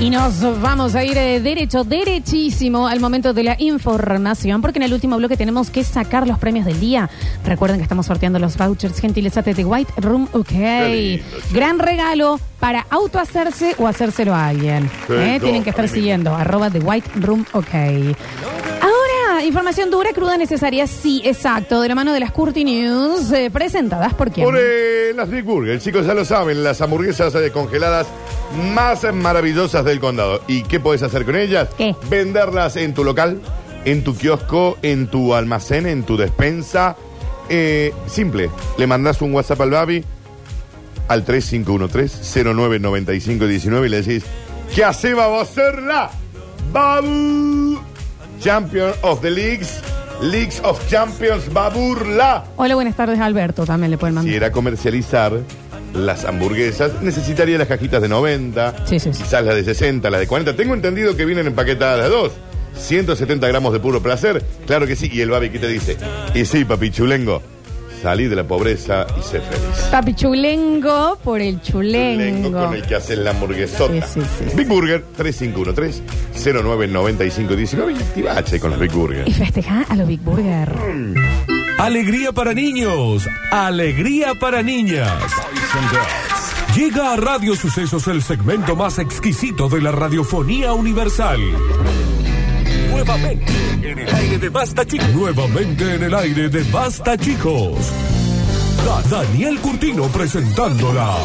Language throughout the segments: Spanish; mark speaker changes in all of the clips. Speaker 1: Y nos vamos a ir eh, derecho, derechísimo al momento de la información, porque en el último bloque tenemos que sacar los premios del día. Recuerden que estamos sorteando los vouchers gentiles de White Room OK.
Speaker 2: lindo, che.
Speaker 1: Gran regalo para autohacerse o hacérselo a alguien.
Speaker 2: Sí,
Speaker 1: ¿Eh?
Speaker 2: no,
Speaker 1: Tienen que
Speaker 2: a
Speaker 1: estar
Speaker 2: mí mismo.
Speaker 1: siguiendo, arroba The White Room OK. Ahora, información dura, cruda, necesaria, sí, exacto, de la mano de las Curti News, eh, presentadas por quién.
Speaker 2: Por eh, las Big Burger, chicos, ya lo saben, las hamburguesas eh, congeladas más maravillosas del condado. ¿Y qué podés hacer con ellas?
Speaker 1: ¿Qué?
Speaker 2: Venderlas en tu local, en tu kiosco, en tu almacén, en tu despensa. Eh, simple, le mandás un WhatsApp al Babi al 3513-099519 y le decís, ¿qué hace vamos a hacerla? Babu, Champion of the Leagues, Leagues of Champions, Baburla.
Speaker 1: Hola, buenas tardes, Alberto, también le pueden
Speaker 2: Si
Speaker 1: mandar.
Speaker 2: era comercializar las hamburguesas, necesitaría las cajitas de 90,
Speaker 1: Sí, sí, sí.
Speaker 2: quizás las de 60, las de 40. Tengo entendido que vienen empaquetadas las dos. 170 gramos de puro placer, claro que sí. Y el Babi que te dice, y sí, papi chulengo, salí de la pobreza y sé feliz.
Speaker 1: Papi chulengo por el chulengo.
Speaker 2: Chulengo con el que haces la hamburguesota.
Speaker 1: Sí, sí, sí, sí.
Speaker 2: Big Burger 3513-099519 y activache con las Big Burger.
Speaker 1: Y festeja a los Big Burger.
Speaker 3: Alegría para niños, alegría para niñas. Llega a Radio Sucesos el segmento más exquisito de la radiofonía universal. Nuevamente en el aire de Basta Chicos. Nuevamente en el aire de Basta Chicos. Da- Daniel Curtino presentándola.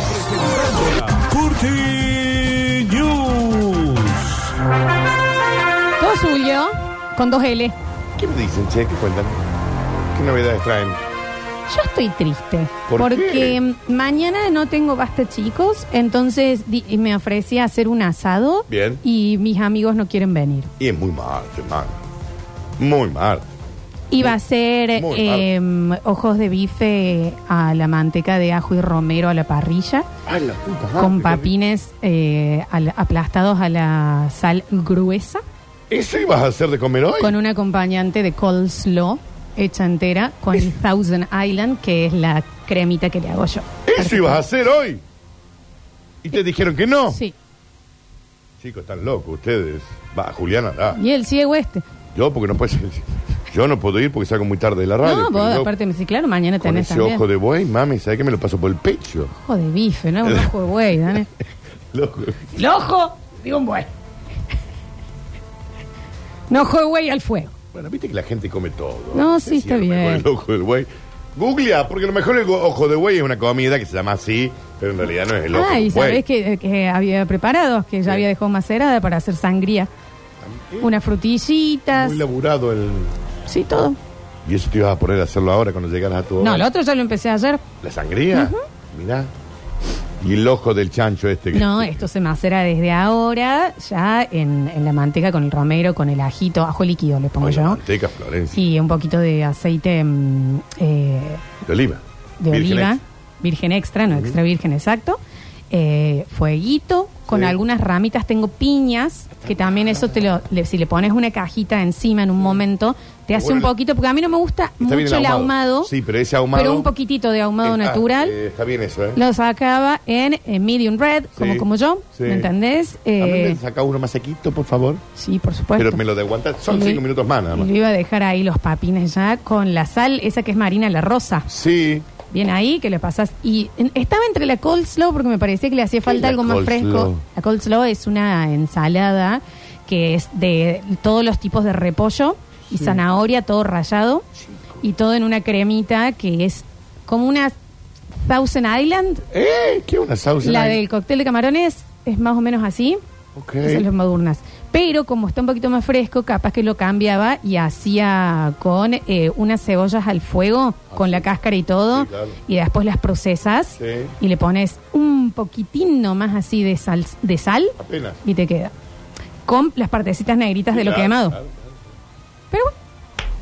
Speaker 3: Curti News.
Speaker 1: Todo suyo, con dos L.
Speaker 2: ¿Qué me dicen, che? ¿Qué cuentan? ¿Qué novedades traen?
Speaker 1: Yo estoy triste.
Speaker 2: ¿Por
Speaker 1: porque
Speaker 2: qué?
Speaker 1: mm, mañana no tengo basta, chicos. Entonces di- y me ofrecí a hacer un asado.
Speaker 2: Bien.
Speaker 1: Y mis amigos no quieren venir.
Speaker 2: Y es muy mal, hermano. Muy mal.
Speaker 1: Iba a ser
Speaker 2: Muy
Speaker 1: eh, ojos de bife a la manteca de ajo y romero a la parrilla.
Speaker 2: Ay, la puta madre,
Speaker 1: con
Speaker 2: Ah, qué rico.
Speaker 1: papines eh, al- aplastados a la sal gruesa.
Speaker 2: ¿Eso ibas a hacer de comer hoy?
Speaker 1: con un acompañante de coleslaw hecha entera con el Thousand Island, que es la cremita que le hago yo.
Speaker 2: ¿Eso ibas a hacer hoy? ¿Y te dijeron que no?
Speaker 1: Sí,
Speaker 2: Chicos, están locos ustedes. Va, Juliana, da.
Speaker 1: y el ciego este.
Speaker 2: Yo, porque no puedo ir. Yo no puedo ir porque salgo muy tarde de la radio.
Speaker 1: no,
Speaker 2: pero
Speaker 1: vos
Speaker 2: yo
Speaker 1: aparte me decís, claro, mañana
Speaker 2: Con
Speaker 1: tenés
Speaker 2: ese
Speaker 1: también.
Speaker 2: ojo de buey, mami, ¿sabes que me lo paso por el pecho?
Speaker 1: Ojo de bife, ¿no? Un ojo de buey, Dani.
Speaker 2: Loco.
Speaker 1: El ojo, digo un buey. No ojo de buey al fuego.
Speaker 2: Bueno, viste que la gente come todo.
Speaker 1: No,
Speaker 2: sé
Speaker 1: sí,
Speaker 2: si
Speaker 1: está
Speaker 2: a lo mejor
Speaker 1: bien.
Speaker 2: El ojo del buey. Googlea, porque a lo mejor el go- ojo de buey es una comida que se llama así, pero en realidad no es el ojo
Speaker 1: Ah,
Speaker 2: del
Speaker 1: y
Speaker 2: buey.
Speaker 1: sabés que, que había preparados, que ya
Speaker 2: Sí.
Speaker 1: había dejado macerada para hacer sangría. Unas frutillitas,
Speaker 2: Muy laburado el...
Speaker 1: sí, todo.
Speaker 2: ¿Y eso te ibas a poner a hacerlo ahora cuando llegaras a tu
Speaker 1: No,
Speaker 2: hogar?
Speaker 1: lo otro ya lo empecé ayer.
Speaker 2: ¿La sangría? Mirá. Y el ojo del chancho este. que-
Speaker 1: No, esto se macera desde ahora, ya en, en la manteca con el romero, con el ajito, ajo líquido le pongo
Speaker 2: Con la
Speaker 1: yo.
Speaker 2: manteca, Florencia.
Speaker 1: Y un poquito de aceite mm, eh,
Speaker 2: De oliva.
Speaker 1: de
Speaker 2: Virgen
Speaker 1: oliva,
Speaker 2: extra.
Speaker 1: virgen extra, no extra virgen, exacto. Eh, fueguito, con
Speaker 2: Sí.
Speaker 1: algunas ramitas tengo piñas, que también eso te lo, le- si le pones una cajita encima en un momento, te hace
Speaker 2: Mm. bueno,
Speaker 1: un poquito, porque a mí no me gusta
Speaker 2: Está bien
Speaker 1: mucho el ahumado,
Speaker 2: Sí, pero ese ahumado...
Speaker 1: pero un poquitito de ahumado
Speaker 2: Ah,
Speaker 1: natural.
Speaker 2: eh, está bien eso, ¿eh?
Speaker 1: Lo sacaba en, eh, medium red, como, como yo,
Speaker 2: sí.
Speaker 1: ¿me entendés? Eh,
Speaker 2: A mí me saca uno más sequito, por favor.
Speaker 1: sí, por supuesto.
Speaker 2: Pero me lo de aguantar. Son
Speaker 1: Y-
Speaker 2: cinco minutos más nada más.
Speaker 1: Y Yo iba a dejar ahí los papines ya con la sal, esa que es marina, la rosa.
Speaker 2: Sí.
Speaker 1: Bien ahí, que le pasas. Y en- estaba entre la coleslaw porque me parecía que le hacía falta
Speaker 2: la
Speaker 1: algo más
Speaker 2: coleslaw?
Speaker 1: fresco. La coleslaw es una ensalada que es de todos los tipos de repollo y zanahoria, todo rallado. Y todo en una cremita que es como una Thousand Island.
Speaker 2: ¿Eh? ¿Qué una sauce?
Speaker 1: La del cóctel de camarones es más o menos así.
Speaker 2: Ok.
Speaker 1: Esas las madurnas. Pero como está un poquito más fresco, capaz que lo cambiaba y hacía con eh, unas cebollas al fuego, con la cáscara y todo.
Speaker 2: Ah, Sí, claro.
Speaker 1: Y después las procesas
Speaker 2: Sí.
Speaker 1: y le pones un poquitín nomás así de sal, de sal
Speaker 2: Apenas.
Speaker 1: y te queda. Con las partecitas negritas de lo
Speaker 2: Claro,
Speaker 1: quemado.
Speaker 2: claro.
Speaker 1: Pero bueno,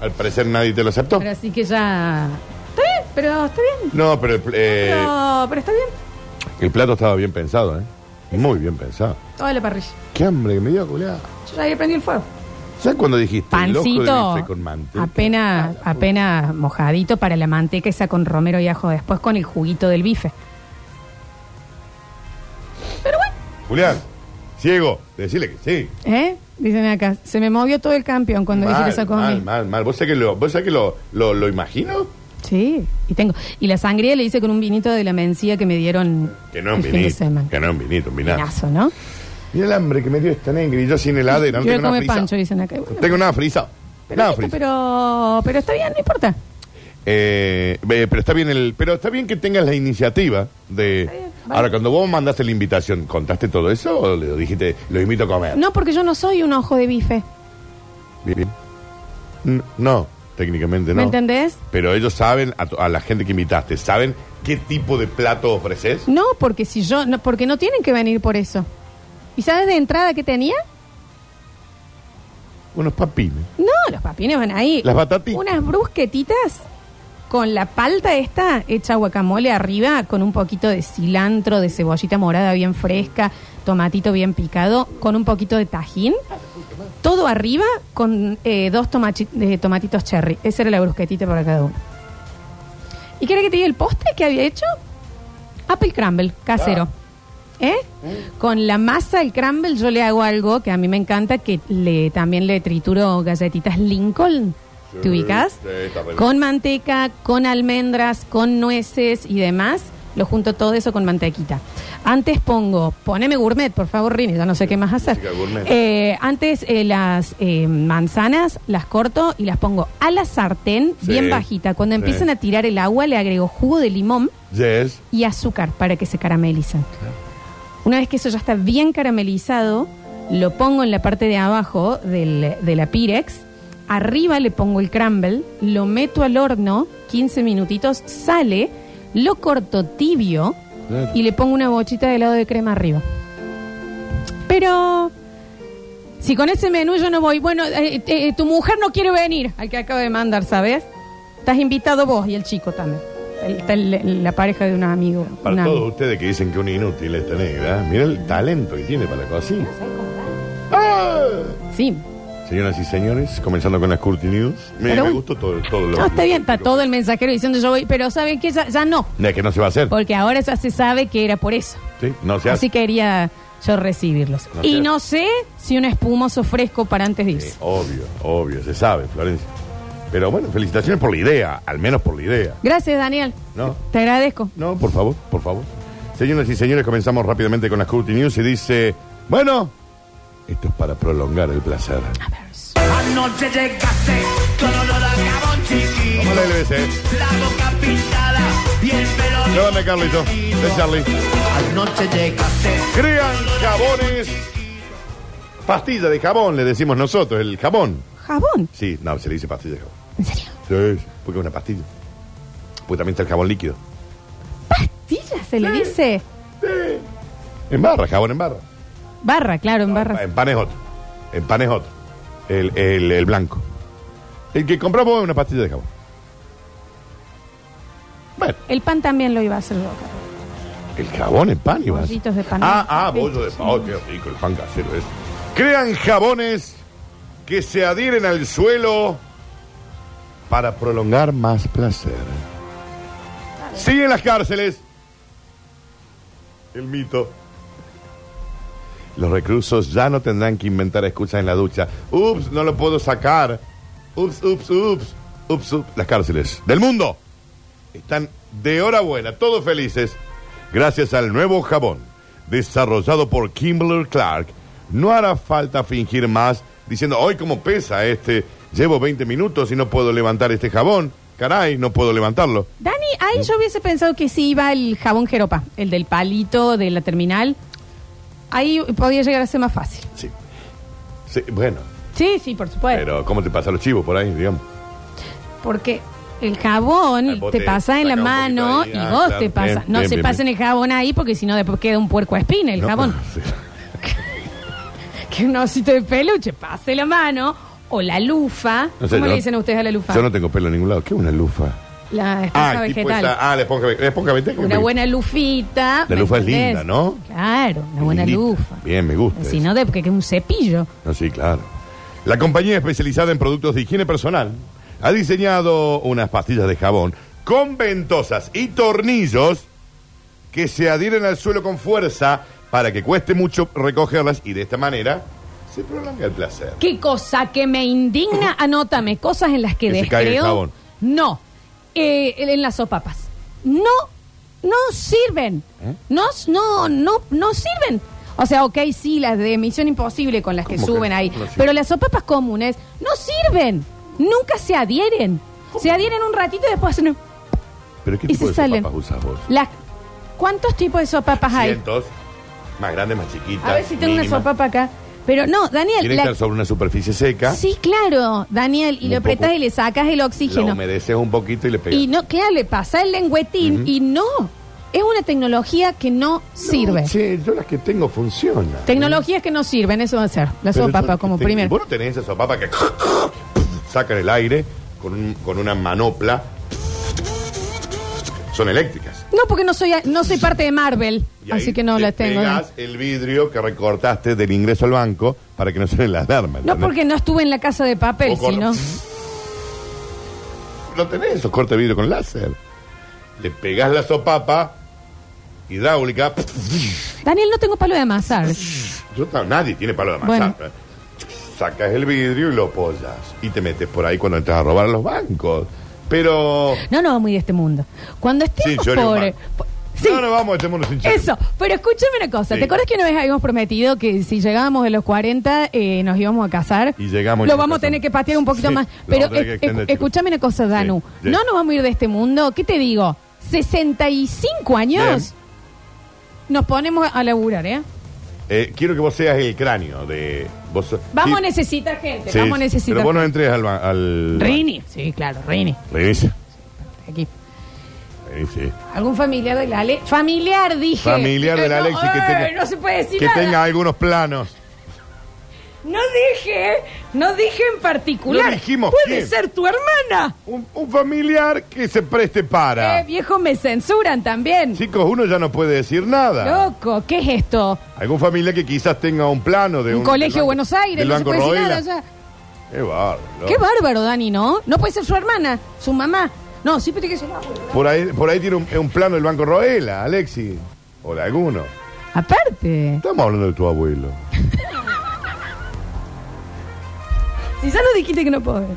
Speaker 2: Al parecer nadie te lo aceptó.
Speaker 1: pero así que ya. Está bien, pero está bien.
Speaker 2: No, pero el, pl- eh,
Speaker 1: Pero, pero está bien.
Speaker 2: el plato estaba bien pensado, ¿eh? Muy bien pensado.
Speaker 1: Toda la parrilla.
Speaker 2: Qué hambre que me dio, culiá.
Speaker 1: Yo ya había prendido el fuego.
Speaker 2: ¿Sabes cuando dijiste el ojo de
Speaker 1: Pancito,
Speaker 2: bife con manteca?
Speaker 1: apenas, apenas mojadito para la manteca esa con romero y ajo después con el juguito del bife.
Speaker 2: Julián, Ciego, decirle que sí.
Speaker 1: ¿Eh? Dicen acá, se me movió todo el campeón cuando dije eso con
Speaker 2: mal, mal, mal. ¿Vos sabés que lo, vos sabés que lo, lo, lo imagino?
Speaker 1: Sí, y tengo. Y la sangría le hice con un vinito de la mencía que me dieron
Speaker 2: Que no es un
Speaker 1: el fin de
Speaker 2: vinito.
Speaker 1: semana.
Speaker 2: Que no es un vinito, un vinazo.
Speaker 1: Vinazo, ¿no?
Speaker 2: Mira el hambre que me dio esta negra y yo sin helado y no
Speaker 1: Yo
Speaker 2: tengo nada
Speaker 1: come
Speaker 2: frisa.
Speaker 1: pancho, dicen acá. Y bueno,
Speaker 2: Tengo nada frisa.
Speaker 1: pero,
Speaker 2: Nada
Speaker 1: listo,
Speaker 2: frisa.
Speaker 1: pero, pero está bien, no importa.
Speaker 2: Eh, ve, pero está bien el, pero está bien que tengas la iniciativa de.
Speaker 1: bien, vale.
Speaker 2: Ahora, cuando vos mandaste la invitación, ¿contaste todo eso o le dijiste, lo invito a comer?
Speaker 1: No, porque yo no soy un ojo de bife.
Speaker 2: Bien, bien. N- No, técnicamente no.
Speaker 1: ¿Me entendés?
Speaker 2: Pero ellos saben, a, tu- a la gente que invitaste, saben qué tipo de plato ofreces.
Speaker 1: No, porque si yo, no, porque no tienen que venir por eso. ¿Y sabes de entrada qué tenía?
Speaker 2: Unos papines.
Speaker 1: No, los papines van ahí.
Speaker 2: Las batatitas.
Speaker 1: Unas brusquetitas con la palta esta hecha guacamole arriba, con un poquito de cilantro, de cebollita morada bien fresca, tomatito bien picado, con un poquito de tajín. Todo arriba con eh, dos tomachi- eh, tomatitos cherry. Esa era la brusquetita para cada uno. ¿Y querés que te diga el postre que había hecho? Apple crumble, casero. ¿Eh?
Speaker 2: Mm.
Speaker 1: Con la masa, el crumble, yo le hago algo que a mí me encanta, que le también le trituro galletitas Lincoln.
Speaker 2: Sí,
Speaker 1: ¿Te ubicas?
Speaker 2: sí, está re bien.
Speaker 1: con manteca, con almendras, con nueces y demás. Lo junto todo eso con mantequita. Antes pongo, poneme gourmet, por favor, Rini, ya no sé qué más hacer.
Speaker 2: Música gourmet.
Speaker 1: Eh, antes eh, las eh, manzanas las corto y las pongo a la sartén,
Speaker 2: Sí.
Speaker 1: bien bajita. Cuando
Speaker 2: Sí.
Speaker 1: empiezan a tirar el agua, le agrego jugo de limón
Speaker 2: Yes.
Speaker 1: y azúcar para que se caramelicen. Una vez que eso ya está bien caramelizado, lo pongo en la parte de abajo del- de la Pirex. Arriba le pongo el crumble, lo meto al horno, 15 minutitos, sale, lo corto tibio
Speaker 2: Claro.
Speaker 1: y le pongo una bochita de helado de crema arriba. Pero si con ese menú yo no voy, bueno, eh, eh, tu mujer no quiere venir al que acabo de mandar, ¿sabes? Estás invitado vos y el chico también. El- Está el- el- la pareja de un amigo.
Speaker 2: Para
Speaker 1: un
Speaker 2: todos
Speaker 1: amigo.
Speaker 2: ustedes que dicen que un inútil esta negra, mira el talento que tiene para la cocina. ¡Ah!
Speaker 1: Sí.
Speaker 2: Señoras y señores, comenzando con las Curti News. Me,
Speaker 1: Pero
Speaker 2: me
Speaker 1: un-
Speaker 2: gustó todo, todo lo
Speaker 1: No, está bien, está todo el mensajero diciendo yo voy, pero ¿saben qué? Ya, ya no,
Speaker 2: No, es que no se va a hacer.
Speaker 1: porque ahora ya se sabe que era por eso.
Speaker 2: Sí, No se hace.
Speaker 1: Así quería yo recibirlos.
Speaker 2: No
Speaker 1: y
Speaker 2: sé.
Speaker 1: no sé si un espumoso fresco para antes de irse.
Speaker 2: Sí, Eh, obvio, obvio, se sabe, Florencia. Pero bueno, felicitaciones por la idea, al menos por la idea.
Speaker 1: Gracias, Daniel.
Speaker 2: No.
Speaker 1: Te agradezco.
Speaker 2: No, por favor, por favor. Señoras y señores, comenzamos rápidamente con las Curti News y dice, bueno, esto es para prolongar el placer.
Speaker 1: A ver.
Speaker 4: Anoche llegaste con olor a jabón chiqui.
Speaker 2: Vamos a la LBC.
Speaker 4: La boca pintada y el pelo
Speaker 2: ¿Qué onda, Carlito? De Charlie.
Speaker 4: Anoche llegaste
Speaker 2: Crean jabones. Pastilla de jabón, le decimos nosotros, el jabón.
Speaker 1: Jabón.
Speaker 2: Sí, no, se le dice pastilla de jabón.
Speaker 1: ¿En serio?
Speaker 2: Sí, sí, porque es una pastilla. Pues también está el jabón líquido.
Speaker 1: Tilla se le dice.
Speaker 2: En barra, jabón en barra.
Speaker 1: Barra, claro, en barra.
Speaker 2: En pan es otro. En pan es otro. El, el- el blanco. El que compramos es una pastilla de jabón. Bueno,
Speaker 1: El pan también lo iba a hacer yo. acá.
Speaker 2: el jabón en pan, Iván.
Speaker 1: Bollitos de pan.
Speaker 2: Ah, ah, bollo de pan. Oh, qué rico el pan casero es. Crean jabones que se adhieren al suelo para prolongar más placer. Siguen las cárceles. El mito. Los reclusos ya no tendrán que inventar excusas en la ducha. Ups, no lo puedo sacar. Ups, ups, ups. Ups, ups. Las cárceles del mundo están de hora buena, todos felices, gracias al nuevo jabón desarrollado por Kimberly Clark. No hará falta fingir más diciendo, hoy cómo pesa este, llevo 20 minutos y no puedo levantar este jabón. Caray, no puedo levantarlo.
Speaker 1: Dani, ahí yo hubiese pensado que sí iba el jabón jeropa, el del palito de la terminal. Ahí podía llegar a ser más fácil.
Speaker 2: Sí. Sí, bueno,
Speaker 1: Sí, sí, por supuesto.
Speaker 2: pero ¿cómo te pasa a los chivos por ahí, digamos?
Speaker 1: Porque el jabón
Speaker 2: Al bote,
Speaker 1: te pasa en la
Speaker 2: saca un
Speaker 1: mano
Speaker 2: poquito
Speaker 1: y
Speaker 2: ahí. Ah,
Speaker 1: vos
Speaker 2: claro,
Speaker 1: te pasa.
Speaker 2: bien,
Speaker 1: no
Speaker 2: bien,
Speaker 1: se
Speaker 2: bien,
Speaker 1: pasen el jabón ahí porque si no después queda un puerco espina el
Speaker 2: No, pues.
Speaker 1: jabón.
Speaker 2: sí.
Speaker 1: Que un osito de peluche pase la mano o la lufa.
Speaker 2: No sé,
Speaker 1: ¿Cómo
Speaker 2: yo
Speaker 1: le
Speaker 2: no-
Speaker 1: dicen ustedes a la lufa?
Speaker 2: Yo no tengo pelo en ningún lado. ¿Qué es una lufa?
Speaker 1: La esponja
Speaker 2: Ah, tipo
Speaker 1: vegetal.
Speaker 2: esa- ah, la esponja, ve- la esponja vegetal.
Speaker 1: Una buena lufita.
Speaker 2: La
Speaker 1: ¿me
Speaker 2: lufa es
Speaker 1: entendés?
Speaker 2: linda, ¿no?
Speaker 1: Claro, una buena
Speaker 2: Lindita.
Speaker 1: lufa.
Speaker 2: Bien, me gusta.
Speaker 1: Si
Speaker 2: eso.
Speaker 1: no, de, que, que un cepillo.
Speaker 2: No, Ah, sí, claro. La compañía especializada en productos de higiene personal ha diseñado unas pastillas de jabón con ventosas y tornillos que se adhieren al suelo con fuerza para que cueste mucho recogerlas y de esta manera se prolonga el placer.
Speaker 1: ¿Qué cosa que me indigna? Anótame, cosas en las que,
Speaker 2: Que se caiga el
Speaker 1: descreo.
Speaker 2: jabón.
Speaker 1: No, Eh, en las sopapas. No, no sirven.
Speaker 2: ¿Eh?
Speaker 1: No, s- no, no, no sirven. O sea, ok, sí, las de Misión Imposible con las que
Speaker 2: ¿Cómo que
Speaker 1: suben ahí.
Speaker 2: no sirven?
Speaker 1: pero las sopapas comunes no sirven. Nunca se adhieren. Se adhieren un ratito y después hacen un-
Speaker 2: ¿Pero qué
Speaker 1: y
Speaker 2: tipo
Speaker 1: se
Speaker 2: de
Speaker 1: salen.
Speaker 2: sopapas usas vos?
Speaker 1: Las- ¿Cuántos tipos de sopapas hay?
Speaker 2: Cientos, más grandes, más chiquitas.
Speaker 1: A ver si tengo una
Speaker 2: mínimas.
Speaker 1: sopapa acá. Pero no, Daniel,
Speaker 2: Tiene
Speaker 1: la-
Speaker 2: que estar sobre una superficie seca.
Speaker 1: Sí, claro, Daniel, y
Speaker 2: Un
Speaker 1: lo apretas
Speaker 2: poco.
Speaker 1: y le sacas el
Speaker 2: La
Speaker 1: oxígeno.
Speaker 2: humedeces un poquito y le pegas.
Speaker 1: Y no, claro, le pasa el lengüetín y no. Es una tecnología que no, sirve.
Speaker 2: Che, yo las que tengo funcionan.
Speaker 1: Tecnologías que no sirven, eso va a ser. La
Speaker 2: Pero yo las
Speaker 1: sopapa
Speaker 2: que
Speaker 1: como
Speaker 2: tengo-
Speaker 1: primero.
Speaker 2: Vos no tenés esa sopapa que sacan el aire con, un- con una manopla. Son eléctricas.
Speaker 1: No, porque no soy no soy parte de Marvel,
Speaker 2: Y ahí
Speaker 1: así que no
Speaker 2: le
Speaker 1: la tengo.
Speaker 2: pegás el vidrio que recortaste del ingreso al banco para que no suene la
Speaker 1: No
Speaker 2: alarma. ¿entendés?
Speaker 1: porque no estuve en la casa de papel,
Speaker 2: Vos con-
Speaker 1: sino
Speaker 2: No tenés esos cortes de vidrio con láser. Le pegás la sopapa hidráulica.
Speaker 1: Daniel no tengo palo de amasar.
Speaker 2: Yo ta- nadie tiene palo de amasar. Sacas el vidrio y lo apoyas. Y te metes por ahí cuando entras a robar a los bancos. Pero.
Speaker 1: No, no, muy de este mundo. Cuando
Speaker 2: Sin
Speaker 1: estemos
Speaker 2: chori
Speaker 1: por
Speaker 2: humano.
Speaker 1: por- sí.
Speaker 2: No, no, vamos, echémonos sin chori.
Speaker 1: Eso, pero escúchame una cosa.
Speaker 2: Sí.
Speaker 1: ¿Te acuerdas que una vez habíamos prometido que si llegábamos a los 40 eh, nos íbamos a casar?
Speaker 2: Y llegamos y
Speaker 1: Lo
Speaker 2: nos
Speaker 1: vamos a
Speaker 2: casamos.
Speaker 1: tener que patear un poquito
Speaker 2: Sí,
Speaker 1: más.
Speaker 2: lo
Speaker 1: Pero
Speaker 2: vamos a tener
Speaker 1: eh,
Speaker 2: que extender,
Speaker 1: escu- escúchame una cosa, Danu.
Speaker 2: Sí, sí.
Speaker 1: No nos vamos a ir de este mundo. ¿Qué te digo? 65 años
Speaker 2: Bien.
Speaker 1: nos ponemos a laburar, ¿eh?
Speaker 2: Eh, quiero que vos seas el cráneo de. Vos, so-
Speaker 1: Vamos a
Speaker 2: Sí,
Speaker 1: necesitar gente,
Speaker 2: sí,
Speaker 1: vamos a necesitar.
Speaker 2: Pero vos no entres al. ba- al
Speaker 1: Rini, sí, claro, Rini.
Speaker 2: Rini, sí.
Speaker 1: Aquí.
Speaker 2: Rini, sí.
Speaker 1: ¿Algún familiar del Ale? Familiar, dije.
Speaker 2: Familiar del
Speaker 1: Eh, no,
Speaker 2: Alexis que
Speaker 1: eh,
Speaker 2: tenga.
Speaker 1: No se puede decir
Speaker 2: que
Speaker 1: nada.
Speaker 2: tenga algunos planos.
Speaker 1: No dije, no dije en particular.
Speaker 2: No dijimos
Speaker 1: Puede
Speaker 2: quién.
Speaker 1: ser tu hermana.
Speaker 2: Un, un familiar que se preste para.
Speaker 1: Eh, viejo, me censuran también.
Speaker 2: Chicos, uno ya no puede decir nada.
Speaker 1: Loco, ¿qué es esto?
Speaker 2: Algún familiar que quizás tenga un plano de
Speaker 1: Un,
Speaker 2: un,
Speaker 1: colegio de
Speaker 2: del
Speaker 1: Buenos
Speaker 2: banco-
Speaker 1: Aires,
Speaker 2: del
Speaker 1: no se
Speaker 2: Banco
Speaker 1: puede decir nada.
Speaker 2: Rodela.
Speaker 1: ya.
Speaker 2: Qué bárbaro.
Speaker 1: Qué bárbaro, Dani, ¿no? No puede ser su hermana, su mamá. No, siempre tiene que ser la abuela.
Speaker 2: Por ahí, por ahí tiene un, un plano del Banco Roela, Alexi. O de alguno.
Speaker 1: Aparte,
Speaker 2: Estamos hablando de tu abuelo.
Speaker 1: si ya nos dijiste que no podés.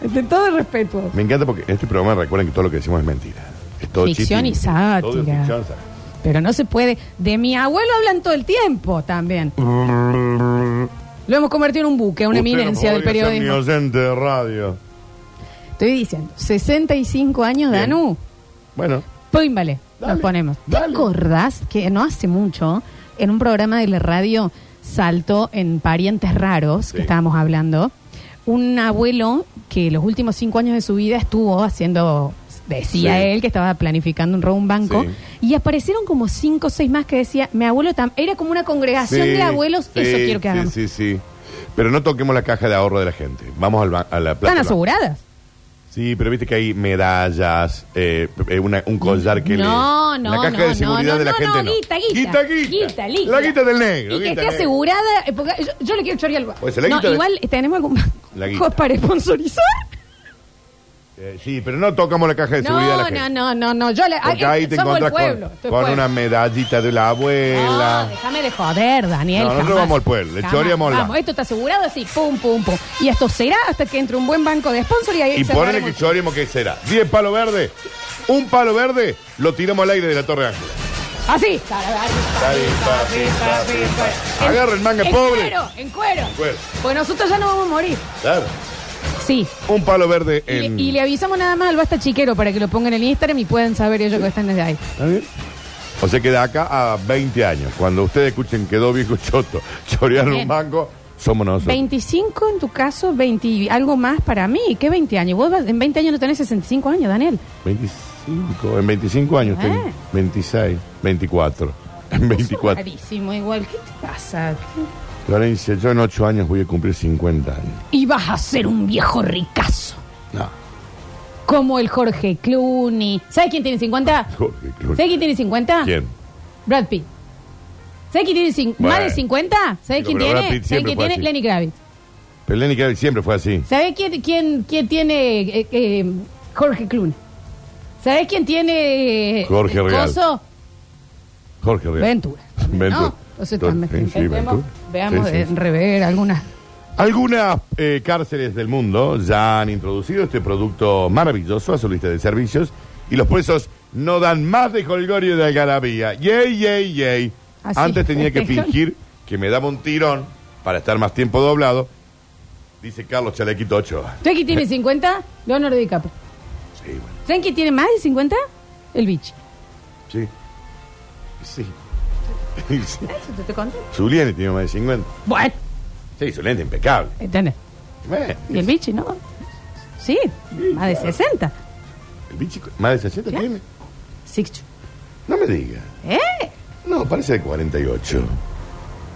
Speaker 1: De todo el respeto.
Speaker 2: Me encanta porque en este programa recuerden que todo lo que decimos es mentira. Es todo
Speaker 1: Ficción
Speaker 2: chiste
Speaker 1: y
Speaker 2: mentira. Todo
Speaker 1: sátira.
Speaker 2: ficción, sátira.
Speaker 1: Pero no se puede. De mi abuelo hablan todo el tiempo también. Lo hemos convertido en un buque, una
Speaker 2: Usted no
Speaker 1: eminencia del
Speaker 2: podría ser
Speaker 1: periodismo.
Speaker 2: Mi oyente de radio.
Speaker 1: Estoy diciendo, 65 años,
Speaker 2: Bien.
Speaker 1: Danú.
Speaker 2: Bueno,
Speaker 1: Pum, vale, nos
Speaker 2: Dale,
Speaker 1: ponemos.
Speaker 2: dale.
Speaker 1: ¿Te acordás que no hace mucho, en un programa de la radio Salto, en Parientes Raros,
Speaker 2: Sí.
Speaker 1: que estábamos hablando, un abuelo que los últimos cinco años de su vida estuvo haciendo, decía
Speaker 2: Sí.
Speaker 1: él, que estaba planificando un robo a un banco,
Speaker 2: Sí.
Speaker 1: y aparecieron como cinco o seis más que decía, mi abuelo tam era como una congregación
Speaker 2: Sí,
Speaker 1: de abuelos,
Speaker 2: sí,
Speaker 1: eso quiero que
Speaker 2: sí,
Speaker 1: hagamos.
Speaker 2: Sí, sí, Pero no toquemos la caja de ahorro de la gente. Vamos al ba- a la plaza.
Speaker 1: Están aseguradas.
Speaker 2: Sí, pero viste que hay medallas, eh, eh, una- un collar que
Speaker 1: no,
Speaker 2: le...
Speaker 1: no,
Speaker 2: la caja
Speaker 1: no,
Speaker 2: de seguridad
Speaker 1: no,
Speaker 2: de la
Speaker 1: no,
Speaker 2: gente
Speaker 1: no, guita, guita,
Speaker 2: Guita, guita.
Speaker 1: guita, líquida.
Speaker 2: La guita del negro.
Speaker 1: Y que
Speaker 2: guita
Speaker 1: esté
Speaker 2: negra.
Speaker 1: asegurada, eh, porque yo, yo le quiero chorear al
Speaker 2: Pues, la guita
Speaker 1: No,
Speaker 2: de-
Speaker 1: igual eh, tenemos algún
Speaker 2: La
Speaker 1: banco
Speaker 2: guita.
Speaker 1: para sponsorizar.
Speaker 2: Eh, sí, pero no tocamos la caja de seguridad de la
Speaker 1: No,
Speaker 2: gente.
Speaker 1: no, no, no, no, yo le
Speaker 2: Porque
Speaker 1: ah, eh,
Speaker 2: ahí te
Speaker 1: somos el
Speaker 2: encontrás
Speaker 1: pueblo.
Speaker 2: con,
Speaker 1: esto es
Speaker 2: con
Speaker 1: pueblo. Ah,
Speaker 2: una medallita de la
Speaker 1: No,
Speaker 2: abuela.
Speaker 1: déjame de joder, Daniel.
Speaker 2: No, nosotros
Speaker 1: jamás.
Speaker 2: vamos al pueblo, le
Speaker 1: Jamás.
Speaker 2: choreamos la-
Speaker 1: Vamos, esto está asegurado así, pum, pum, pum. Y esto será hasta que entre un buen banco de sponsor y ahí
Speaker 2: y
Speaker 1: se
Speaker 2: ponele
Speaker 1: armaremos
Speaker 2: que
Speaker 1: el-
Speaker 2: choremos que será. 10 palos verdes, un palo verde, lo tiramos al aire de la Torre Ángela.
Speaker 1: Así.
Speaker 2: Agarra el manga pobre.
Speaker 1: En cuero, en cuero.
Speaker 2: cuero.
Speaker 1: Pues nosotros ya no vamos a morir.
Speaker 2: Claro.
Speaker 1: Sí.
Speaker 2: Un palo verde
Speaker 1: Y le-
Speaker 2: en...
Speaker 1: Y, le avisamos nada más al basta chiquero para que lo pongan en el Instagram y puedan saber ellos que están desde ahí.
Speaker 2: ¿Está bien? O sea que de acá a 20 años, cuando ustedes escuchen quedó viejo choto, chorear
Speaker 1: Bien.
Speaker 2: un banco, somos nosotros.
Speaker 1: 25 en tu caso, 20 y algo más para mí. ¿Qué 20 años? Vos vas- en 20 años no tenés 65 años, Daniel.
Speaker 2: 25, en 25 años,
Speaker 1: Ah.
Speaker 2: tengo 26, 24, en 24.
Speaker 1: Rarísimo, igual. ¿Qué te pasa?
Speaker 2: Florencia, yo en 8 años voy a cumplir 50 años.
Speaker 1: Y vas a ser un viejo ricazo.
Speaker 2: No,
Speaker 1: Como el Jorge Clooney. ¿Sabes quién tiene 50?
Speaker 2: Jorge Clooney.
Speaker 1: ¿Sabes quién tiene 50?
Speaker 2: ¿Quién?
Speaker 1: Brad Pitt. ¿Sabes quién tiene cin-
Speaker 2: Bueno.
Speaker 1: más de 50? ¿Sabes
Speaker 2: Digo,
Speaker 1: quién
Speaker 2: pero
Speaker 1: tiene?
Speaker 2: Brad Pitt
Speaker 1: ¿Sabes
Speaker 2: siempre
Speaker 1: quién
Speaker 2: fue
Speaker 1: tiene?
Speaker 2: así.
Speaker 1: Lenny Kravitz.
Speaker 2: Pero Lenny Kravitz siempre fue así.
Speaker 1: ¿Sabés quién, quién, quién tiene eh, eh, Jorge Clun? ¿Sabés quién tiene eh,
Speaker 2: Jorge Real.
Speaker 1: Coso?
Speaker 2: Jorge Rial.
Speaker 1: Ventura.
Speaker 2: Ventura.
Speaker 1: ¿no? Entonces también
Speaker 2: Sí, sí,
Speaker 1: intentemos,
Speaker 2: Ventura.
Speaker 1: veamos
Speaker 2: Sí, sí,
Speaker 1: de
Speaker 2: sí.
Speaker 1: rever algunas.
Speaker 2: Algunas eh, cárceles del mundo ya han introducido este producto maravilloso a su lista de servicios y los presos no dan más de colgorio de algarabía. ¡Yey, yey, yey!
Speaker 1: Así
Speaker 2: Antes tenía que
Speaker 1: festejan.
Speaker 2: fingir que me daba un tirón para estar más tiempo doblado, dice Carlos Chalequito 8.
Speaker 1: Tranqui tiene 50, Leonardo DiCaprio.
Speaker 2: Sí, bueno,
Speaker 1: Tranqui tiene más de 50, el bicho.
Speaker 2: sí. Sí. Sí.
Speaker 1: Eso te, te conté.
Speaker 2: Zuliani tiene más de 50.
Speaker 1: Bueno,
Speaker 2: Sí, Zuliani es impecable.
Speaker 1: ¿entendés?
Speaker 2: Bueno,
Speaker 1: Y el bichi, ¿no? Sí, más de 60.
Speaker 2: el bicho más de 60
Speaker 1: ¿Ya?
Speaker 2: tiene.
Speaker 1: Sixto.
Speaker 2: No me diga.
Speaker 1: ¿Eh?
Speaker 2: No, parece de 48.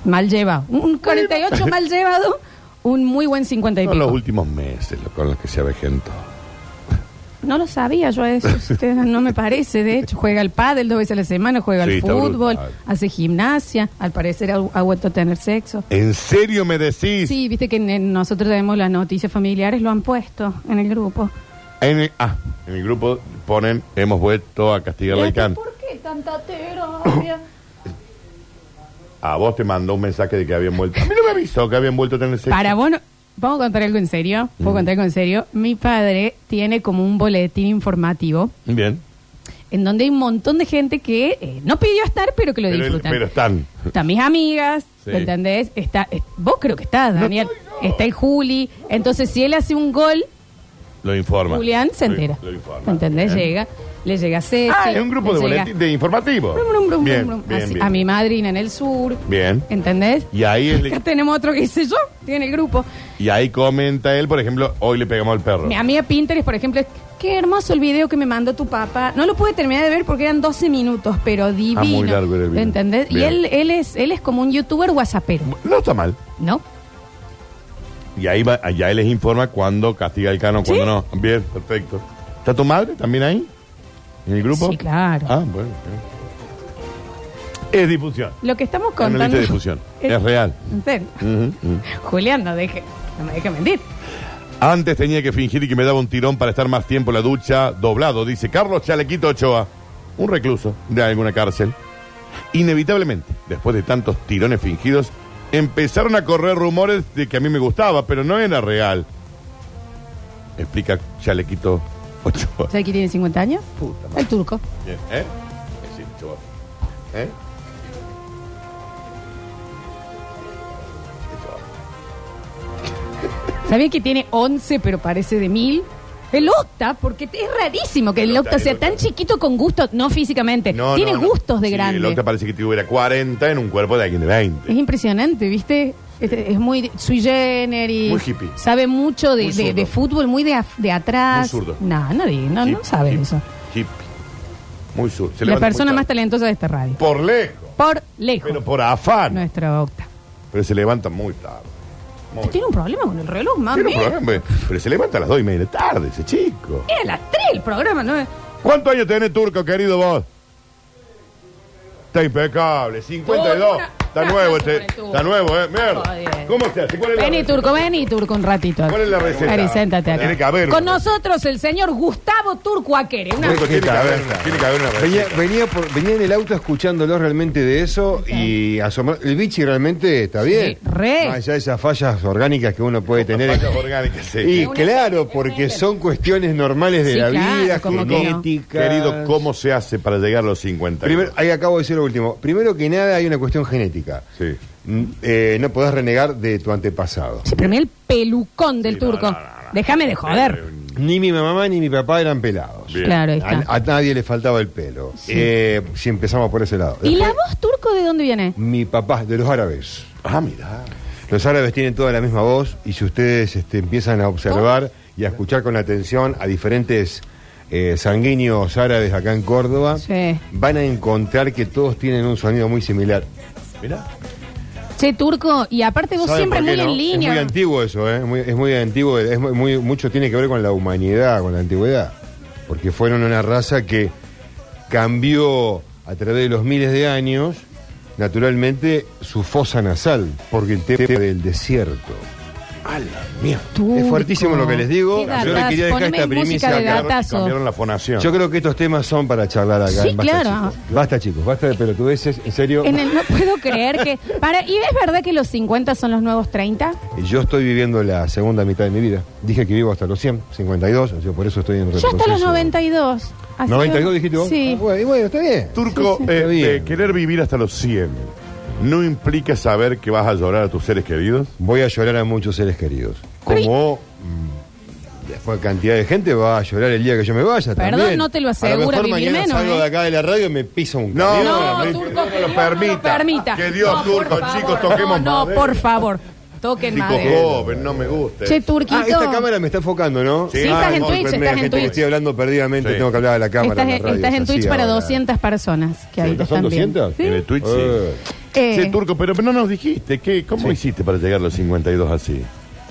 Speaker 1: Mal llevado. Un 48 mal llevado, un muy buen 50 y
Speaker 2: Son los
Speaker 1: pico.
Speaker 2: últimos meses lo- con los que se avejentó.
Speaker 1: No lo sabía yo a eso. si ustedes no- no me parece. De hecho, juega al pádel dos veces a la semana, juega
Speaker 2: Sí,
Speaker 1: al
Speaker 2: está
Speaker 1: fútbol,
Speaker 2: brutal.
Speaker 1: hace gimnasia. Al parecer ha, ha vuelto a tener sexo.
Speaker 2: ¿En serio me decís?
Speaker 1: Sí, viste que en- nosotros tenemos las noticias familiares, lo han puesto en el grupo.
Speaker 2: En el, ah, en el grupo ponen, hemos vuelto a castigar al can.
Speaker 1: ¿Por qué tanta terapia?
Speaker 2: A vos te mandó un mensaje de que habían vuelto. A mí no me avisó que habían vuelto a tener sexo.
Speaker 1: Para vos, no- vamos a contar algo en serio.
Speaker 2: Mm.
Speaker 1: ¿Puedo contar algo en serio? Mi padre tiene como un boletín informativo
Speaker 2: Bien.
Speaker 1: en donde hay un montón de gente que eh, no pidió estar, pero que lo
Speaker 2: Pero,
Speaker 1: disfrutan.
Speaker 2: pero están.
Speaker 1: Están mis amigas,
Speaker 2: Sí.
Speaker 1: ¿me entendés? Está, es- vos creo que estás, Daniel. Está el Juli. Entonces, si él hace un gol,
Speaker 2: Lo informan.
Speaker 1: Julián se
Speaker 2: Lo-
Speaker 1: entera.
Speaker 2: Lo, informan.
Speaker 1: ¿Me entendés?
Speaker 2: Bien.
Speaker 1: Llega, le llega Ceci.
Speaker 2: Ah, es un grupo
Speaker 1: le
Speaker 2: de,
Speaker 1: llega-
Speaker 2: boletín- de informativo.
Speaker 1: Brum, brum, brum,
Speaker 2: bien,
Speaker 1: brum, brum.
Speaker 2: bien,
Speaker 1: Así,
Speaker 2: bien.
Speaker 1: A mi madrina en el sur.
Speaker 2: Bien.
Speaker 1: ¿Entendés?
Speaker 2: Y ahí, es-
Speaker 1: Acá tenemos otro que hice yo, tiene el grupo.
Speaker 2: y ahí comenta él, por ejemplo, hoy le pegamos al perro.
Speaker 1: Mi amiga Pinterest, por ejemplo, es, qué hermoso el video que me mandó tu papá. No lo pude terminar de ver porque eran 12 minutos, pero divino.
Speaker 2: Ah, muy largo era el video.
Speaker 1: ¿Entendés? Y
Speaker 2: Bien.
Speaker 1: él, él, es, él es como un youtuber whatsappero,
Speaker 2: No está mal.
Speaker 1: ¿no?
Speaker 2: Y ahí va, allá él les informa cuándo castiga el cano, cuándo no. Bien, perfecto. ¿Está tu madre también ahí? ¿En el grupo?
Speaker 1: Sí, claro.
Speaker 2: Ah, bueno. bien. Es difusión.
Speaker 1: Lo que estamos
Speaker 2: Es una
Speaker 1: contando...
Speaker 2: lista de difusión. Es, real.
Speaker 1: En serio.
Speaker 2: Ujú, ujú.
Speaker 1: Julián, no, deje, no me deje mentir.
Speaker 2: Antes tenía que fingir y que me daba un tirón para estar más tiempo en la ducha, doblado, dice Carlos Chalequito Ochoa, un recluso de alguna cárcel. Inevitablemente, después de tantos tirones fingidos, empezaron a correr rumores de que a mí me gustaba, pero no era real. Explica Chalequito Ochoa.
Speaker 1: ¿Sabes quién tiene 50 años?
Speaker 2: Puta madre.
Speaker 1: El turco.
Speaker 2: Bien, ¿eh? Es decir, Ochoa. ¿Eh?
Speaker 1: ¿Sabías que tiene 11 pero parece de mil? El octa, porque es rarísimo que el,
Speaker 2: El octa,
Speaker 1: octa, sea
Speaker 2: el octa.
Speaker 1: tan chiquito con gusto, no físicamente,
Speaker 2: No,
Speaker 1: tiene
Speaker 2: no, no.
Speaker 1: gustos de
Speaker 2: Sí,
Speaker 1: grande.
Speaker 2: El Octa parece que tuviera 40 en un cuerpo de alguien de 20.
Speaker 1: Es impresionante, ¿viste? Es, es muy sui generis.
Speaker 2: Muy hippie.
Speaker 1: Sabe mucho de,
Speaker 2: Muy
Speaker 1: de-
Speaker 2: zurdo.
Speaker 1: de fútbol, muy de, af- de atrás.
Speaker 2: Muy zurdo.
Speaker 1: No, no, di- Ah, no, no
Speaker 2: Hip,
Speaker 1: sabe
Speaker 2: hip,
Speaker 1: eso.
Speaker 2: hip. Muy sur. Se
Speaker 1: La
Speaker 2: levanta
Speaker 1: persona
Speaker 2: muy
Speaker 1: más
Speaker 2: tarde.
Speaker 1: talentosa de esta radio.
Speaker 2: Por lejos.
Speaker 1: Por lejos,
Speaker 2: Pero por afán.
Speaker 1: nuestra octa.
Speaker 2: Pero se levanta muy tarde. Muy
Speaker 1: Tiene un problema con el reloj, mami.
Speaker 2: Tiene un problema, pero- Pero se levanta a las 2 y media de la tarde ese chico.
Speaker 1: Es a las 3 el programa, ¿no?
Speaker 2: ¿Cuántos años tenés, turco, querido vos? Está impecable. 52.
Speaker 1: Turco, una-
Speaker 2: Está
Speaker 1: un
Speaker 2: nuevo
Speaker 1: aplauso
Speaker 2: este.
Speaker 1: para el turco.
Speaker 2: Está nuevo, ¿eh? Mierda.
Speaker 1: Joder.
Speaker 2: ¿Cómo se hace? ¿Cuál es la
Speaker 1: Vení,
Speaker 2: receta?
Speaker 1: Turco, vení, Turco, un ratito.
Speaker 2: ¿Cuál es la receta?
Speaker 1: Vení, séntate acá.
Speaker 2: Tiene que haber.
Speaker 1: Con
Speaker 2: una-
Speaker 1: nosotros el señor Gustavo Turco Aquere. Una...
Speaker 2: Turco, Tiene que haber una- tiene que haber una
Speaker 5: Venía,
Speaker 2: receta.
Speaker 5: venía, por- venía en el auto escuchándolo realmente de eso y asomar. El bichi realmente está bien.
Speaker 1: re.
Speaker 5: Más allá de esas fallas orgánicas que uno puede tener.
Speaker 2: Fallas orgánicas, sí.
Speaker 5: Y
Speaker 1: una-
Speaker 5: claro, porque son cuestiones normales de
Speaker 1: Sí,
Speaker 5: la
Speaker 1: claro,
Speaker 5: vida,
Speaker 1: ¿cómo que no?
Speaker 5: genéticas.
Speaker 2: Querido, ¿cómo se hace para llegar a los 50?
Speaker 5: Primero, ahí acabo de decir lo último. Primero que nada, hay una cuestión genética.
Speaker 2: Sí.
Speaker 5: Mm, eh, no podés renegar de tu antepasado.
Speaker 1: Sí, pero mira el pelucón del
Speaker 2: Sí, no,
Speaker 1: Turco.
Speaker 2: no, no, no.
Speaker 1: Déjame de joder.
Speaker 5: Ni mi mamá ni mi papá eran pelados.
Speaker 2: Bien.
Speaker 1: Claro, ahí está.
Speaker 5: A, a nadie le faltaba el pelo. Eh, si empezamos por ese lado.
Speaker 1: ¿Y la
Speaker 5: Después,
Speaker 1: voz turco de dónde viene?
Speaker 5: Mi papá, de los árabes.
Speaker 2: Ah, mira.
Speaker 5: Los árabes tienen toda la misma voz y si ustedes este, empiezan a observar y a escuchar con atención a diferentes eh, sanguíneos árabes acá en Córdoba,
Speaker 1: Sí.
Speaker 5: van a encontrar que todos tienen un sonido muy similar.
Speaker 2: Mira.
Speaker 1: Che, turco, y aparte vos
Speaker 5: ¿Saben
Speaker 1: siempre
Speaker 5: por
Speaker 1: muy
Speaker 5: qué, no?
Speaker 1: en línea.
Speaker 5: Es muy antiguo eso, ¿eh? Muy- es muy antiguo, es muy, muy- mucho tiene que ver con la humanidad, con la antigüedad, porque fueron una raza que cambió a través de los miles de años, naturalmente, su fosa nasal, porque el tema del desierto.
Speaker 2: A la mierda.
Speaker 1: Turco.
Speaker 5: Es fuertísimo lo que les
Speaker 1: Qué
Speaker 5: digo. Yo le
Speaker 1: datazo.
Speaker 5: quería dejar
Speaker 1: Poneme
Speaker 5: esta
Speaker 1: música
Speaker 5: primicia
Speaker 1: de
Speaker 5: acá.
Speaker 1: datazo.
Speaker 2: Cambiaron la fonación.
Speaker 5: Yo creo que estos temas son para charlar acá.
Speaker 1: Sí,
Speaker 5: en Basta,
Speaker 1: claro.
Speaker 5: Chicos. Basta, chicos. Basta de pelotudeces. En serio.
Speaker 1: En el, no puedo creer que. Para, ¿Y es verdad que los 50 son los nuevos 30?
Speaker 5: Yo estoy viviendo la segunda mitad de mi vida. Dije que vivo hasta los 100, 52. o sea, por eso estoy en
Speaker 1: Yo hasta los
Speaker 5: retroceso.
Speaker 1: 92. Así-
Speaker 5: ¿92 dijiste vos? Ah,
Speaker 1: Sí.
Speaker 5: bueno, y bueno, está bien.
Speaker 2: Turco,
Speaker 5: Sí, sí.
Speaker 2: eh,
Speaker 5: Está bien.
Speaker 2: eh, querer vivir hasta los 100 no implica saber que vas a llorar a tus seres queridos.
Speaker 5: Voy a llorar a muchos seres queridos.
Speaker 1: Pero y-
Speaker 5: Como mm, después cantidad de gente va a llorar el día que yo me vaya.
Speaker 1: Perdón,
Speaker 5: también.
Speaker 1: no te lo
Speaker 5: A lo
Speaker 1: asegura
Speaker 5: mejor
Speaker 1: vivir
Speaker 5: mañana
Speaker 1: menos,
Speaker 5: salgo
Speaker 1: ¿eh?
Speaker 5: de acá de la radio y me piso un
Speaker 2: No,
Speaker 5: camión.
Speaker 1: No,
Speaker 2: no,
Speaker 1: Turco,
Speaker 2: no
Speaker 1: que
Speaker 2: lo
Speaker 1: Dios
Speaker 2: permita.
Speaker 1: no lo permita.
Speaker 2: Que Dios,
Speaker 1: No,
Speaker 2: Turco,
Speaker 1: por favor.
Speaker 2: chicos, toquemos
Speaker 1: No, no,
Speaker 2: madera.
Speaker 1: por favor. Toquen
Speaker 2: Chico
Speaker 1: madera.
Speaker 2: joven, no me gusta.
Speaker 1: Che, Turquito.
Speaker 5: Ah, esta cámara me está enfocando, ¿no?
Speaker 2: Sí, Sí, estás en
Speaker 5: no,
Speaker 2: Twitch,
Speaker 1: estás
Speaker 5: perdón,
Speaker 1: en
Speaker 5: gente que
Speaker 1: Twitch.
Speaker 5: Estoy hablando perdidamente,
Speaker 2: Sí.
Speaker 5: tengo que hablar a la cámara.
Speaker 1: Estás,
Speaker 5: a la
Speaker 1: en-
Speaker 5: radio,
Speaker 1: estás
Speaker 5: es
Speaker 1: en
Speaker 5: así
Speaker 1: Twitch para
Speaker 5: ahora.
Speaker 1: 200 personas que ahí te
Speaker 5: ¿Son
Speaker 1: están viendo.
Speaker 5: 200?
Speaker 1: Sí.
Speaker 2: En el Twitch, sí.
Speaker 5: Eh.
Speaker 1: Eh,
Speaker 2: Che, Turco, pero no nos dijiste, ¿qué, ¿cómo hiciste para llegar a los 52 así?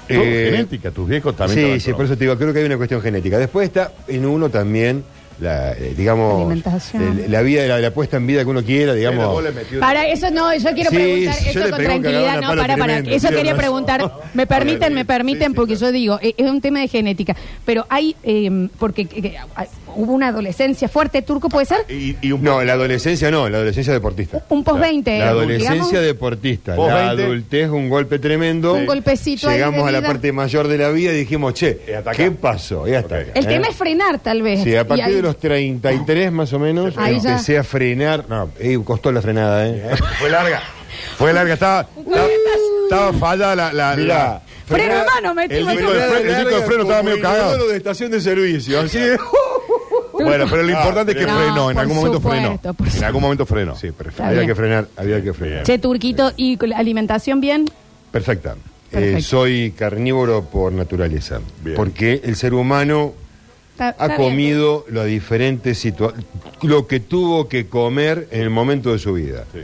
Speaker 2: ¿Tu
Speaker 5: Eh,
Speaker 2: genética, tus viejos también.
Speaker 5: Sí,
Speaker 2: estaban
Speaker 5: sí,
Speaker 2: con-
Speaker 5: por eso te digo, creo que hay una cuestión genética. Después está en uno también, la, eh, digamos,
Speaker 1: Alimentación.
Speaker 5: el- la vida, la, la puesta en vida que uno quiera, digamos.
Speaker 2: Pero vos le metí un-
Speaker 1: Para eso no, yo quiero
Speaker 5: Sí,
Speaker 1: preguntar
Speaker 5: yo
Speaker 1: eso
Speaker 5: le
Speaker 1: con
Speaker 5: pegué un
Speaker 1: tranquilidad,
Speaker 5: cagado
Speaker 1: no,
Speaker 5: a
Speaker 1: para,
Speaker 5: la pala
Speaker 1: para.
Speaker 5: tremendo,
Speaker 1: Eso
Speaker 5: ¿sí o
Speaker 1: quería
Speaker 5: no?
Speaker 1: preguntar, me permiten, me permiten, porque yo digo, eh, es un tema de genética, pero hay, eh, porque eh, hay- hubo una adolescencia fuerte, turco puede ser,
Speaker 2: Y, y un
Speaker 5: No, la adolescencia no, la adolescencia deportista.
Speaker 1: un post-20.
Speaker 5: La
Speaker 1: digamos.
Speaker 5: adolescencia deportista,
Speaker 2: Vos
Speaker 5: la
Speaker 2: 20.
Speaker 5: adultez, un golpe tremendo.
Speaker 1: Un golpecito ahí
Speaker 5: Llegamos
Speaker 1: de
Speaker 5: a la
Speaker 1: vida.
Speaker 5: parte mayor de la vida y dijimos, che,
Speaker 2: Es hasta acá.
Speaker 5: ¿qué pasó? Y hasta
Speaker 2: Ok.
Speaker 5: acá,
Speaker 1: El
Speaker 5: ¿eh?
Speaker 1: tema es frenar, tal vez.
Speaker 5: Sí,
Speaker 1: Y
Speaker 5: a partir
Speaker 1: ahí-
Speaker 5: de los 33 más o menos,
Speaker 1: Ahí ya.
Speaker 5: empecé a frenar. No, eh, costó la frenada, ¿eh?
Speaker 2: Fue larga. Fue larga. Estaba, estaba, estaba fallada la. la, la-
Speaker 1: Freno de mano, metí,
Speaker 2: el
Speaker 1: metí.
Speaker 2: disco de freno, el disco de freno estaba medio cagado.
Speaker 5: de estación de servicio, así es.
Speaker 2: Bueno, pero
Speaker 5: Ah,
Speaker 2: lo importante es que
Speaker 1: No,
Speaker 2: frenó. En
Speaker 1: por
Speaker 2: algún momento
Speaker 1: supuesto, por
Speaker 2: frenó. En algún momento frenó.
Speaker 5: Sí, perfecto.
Speaker 1: Está
Speaker 5: Había
Speaker 1: bien.
Speaker 5: que frenar, había que frenar.
Speaker 1: Che, turquito, ¿y con la alimentación bien?
Speaker 5: Perfecta. Eh,
Speaker 1: Perfecto.
Speaker 5: soy carnívoro por naturaleza.
Speaker 2: Bien.
Speaker 5: Porque el ser humano
Speaker 1: Está- está
Speaker 5: ha
Speaker 1: bien.
Speaker 5: comido las diferentes situaciones, lo que tuvo que comer en el momento de su vida.
Speaker 2: Sí.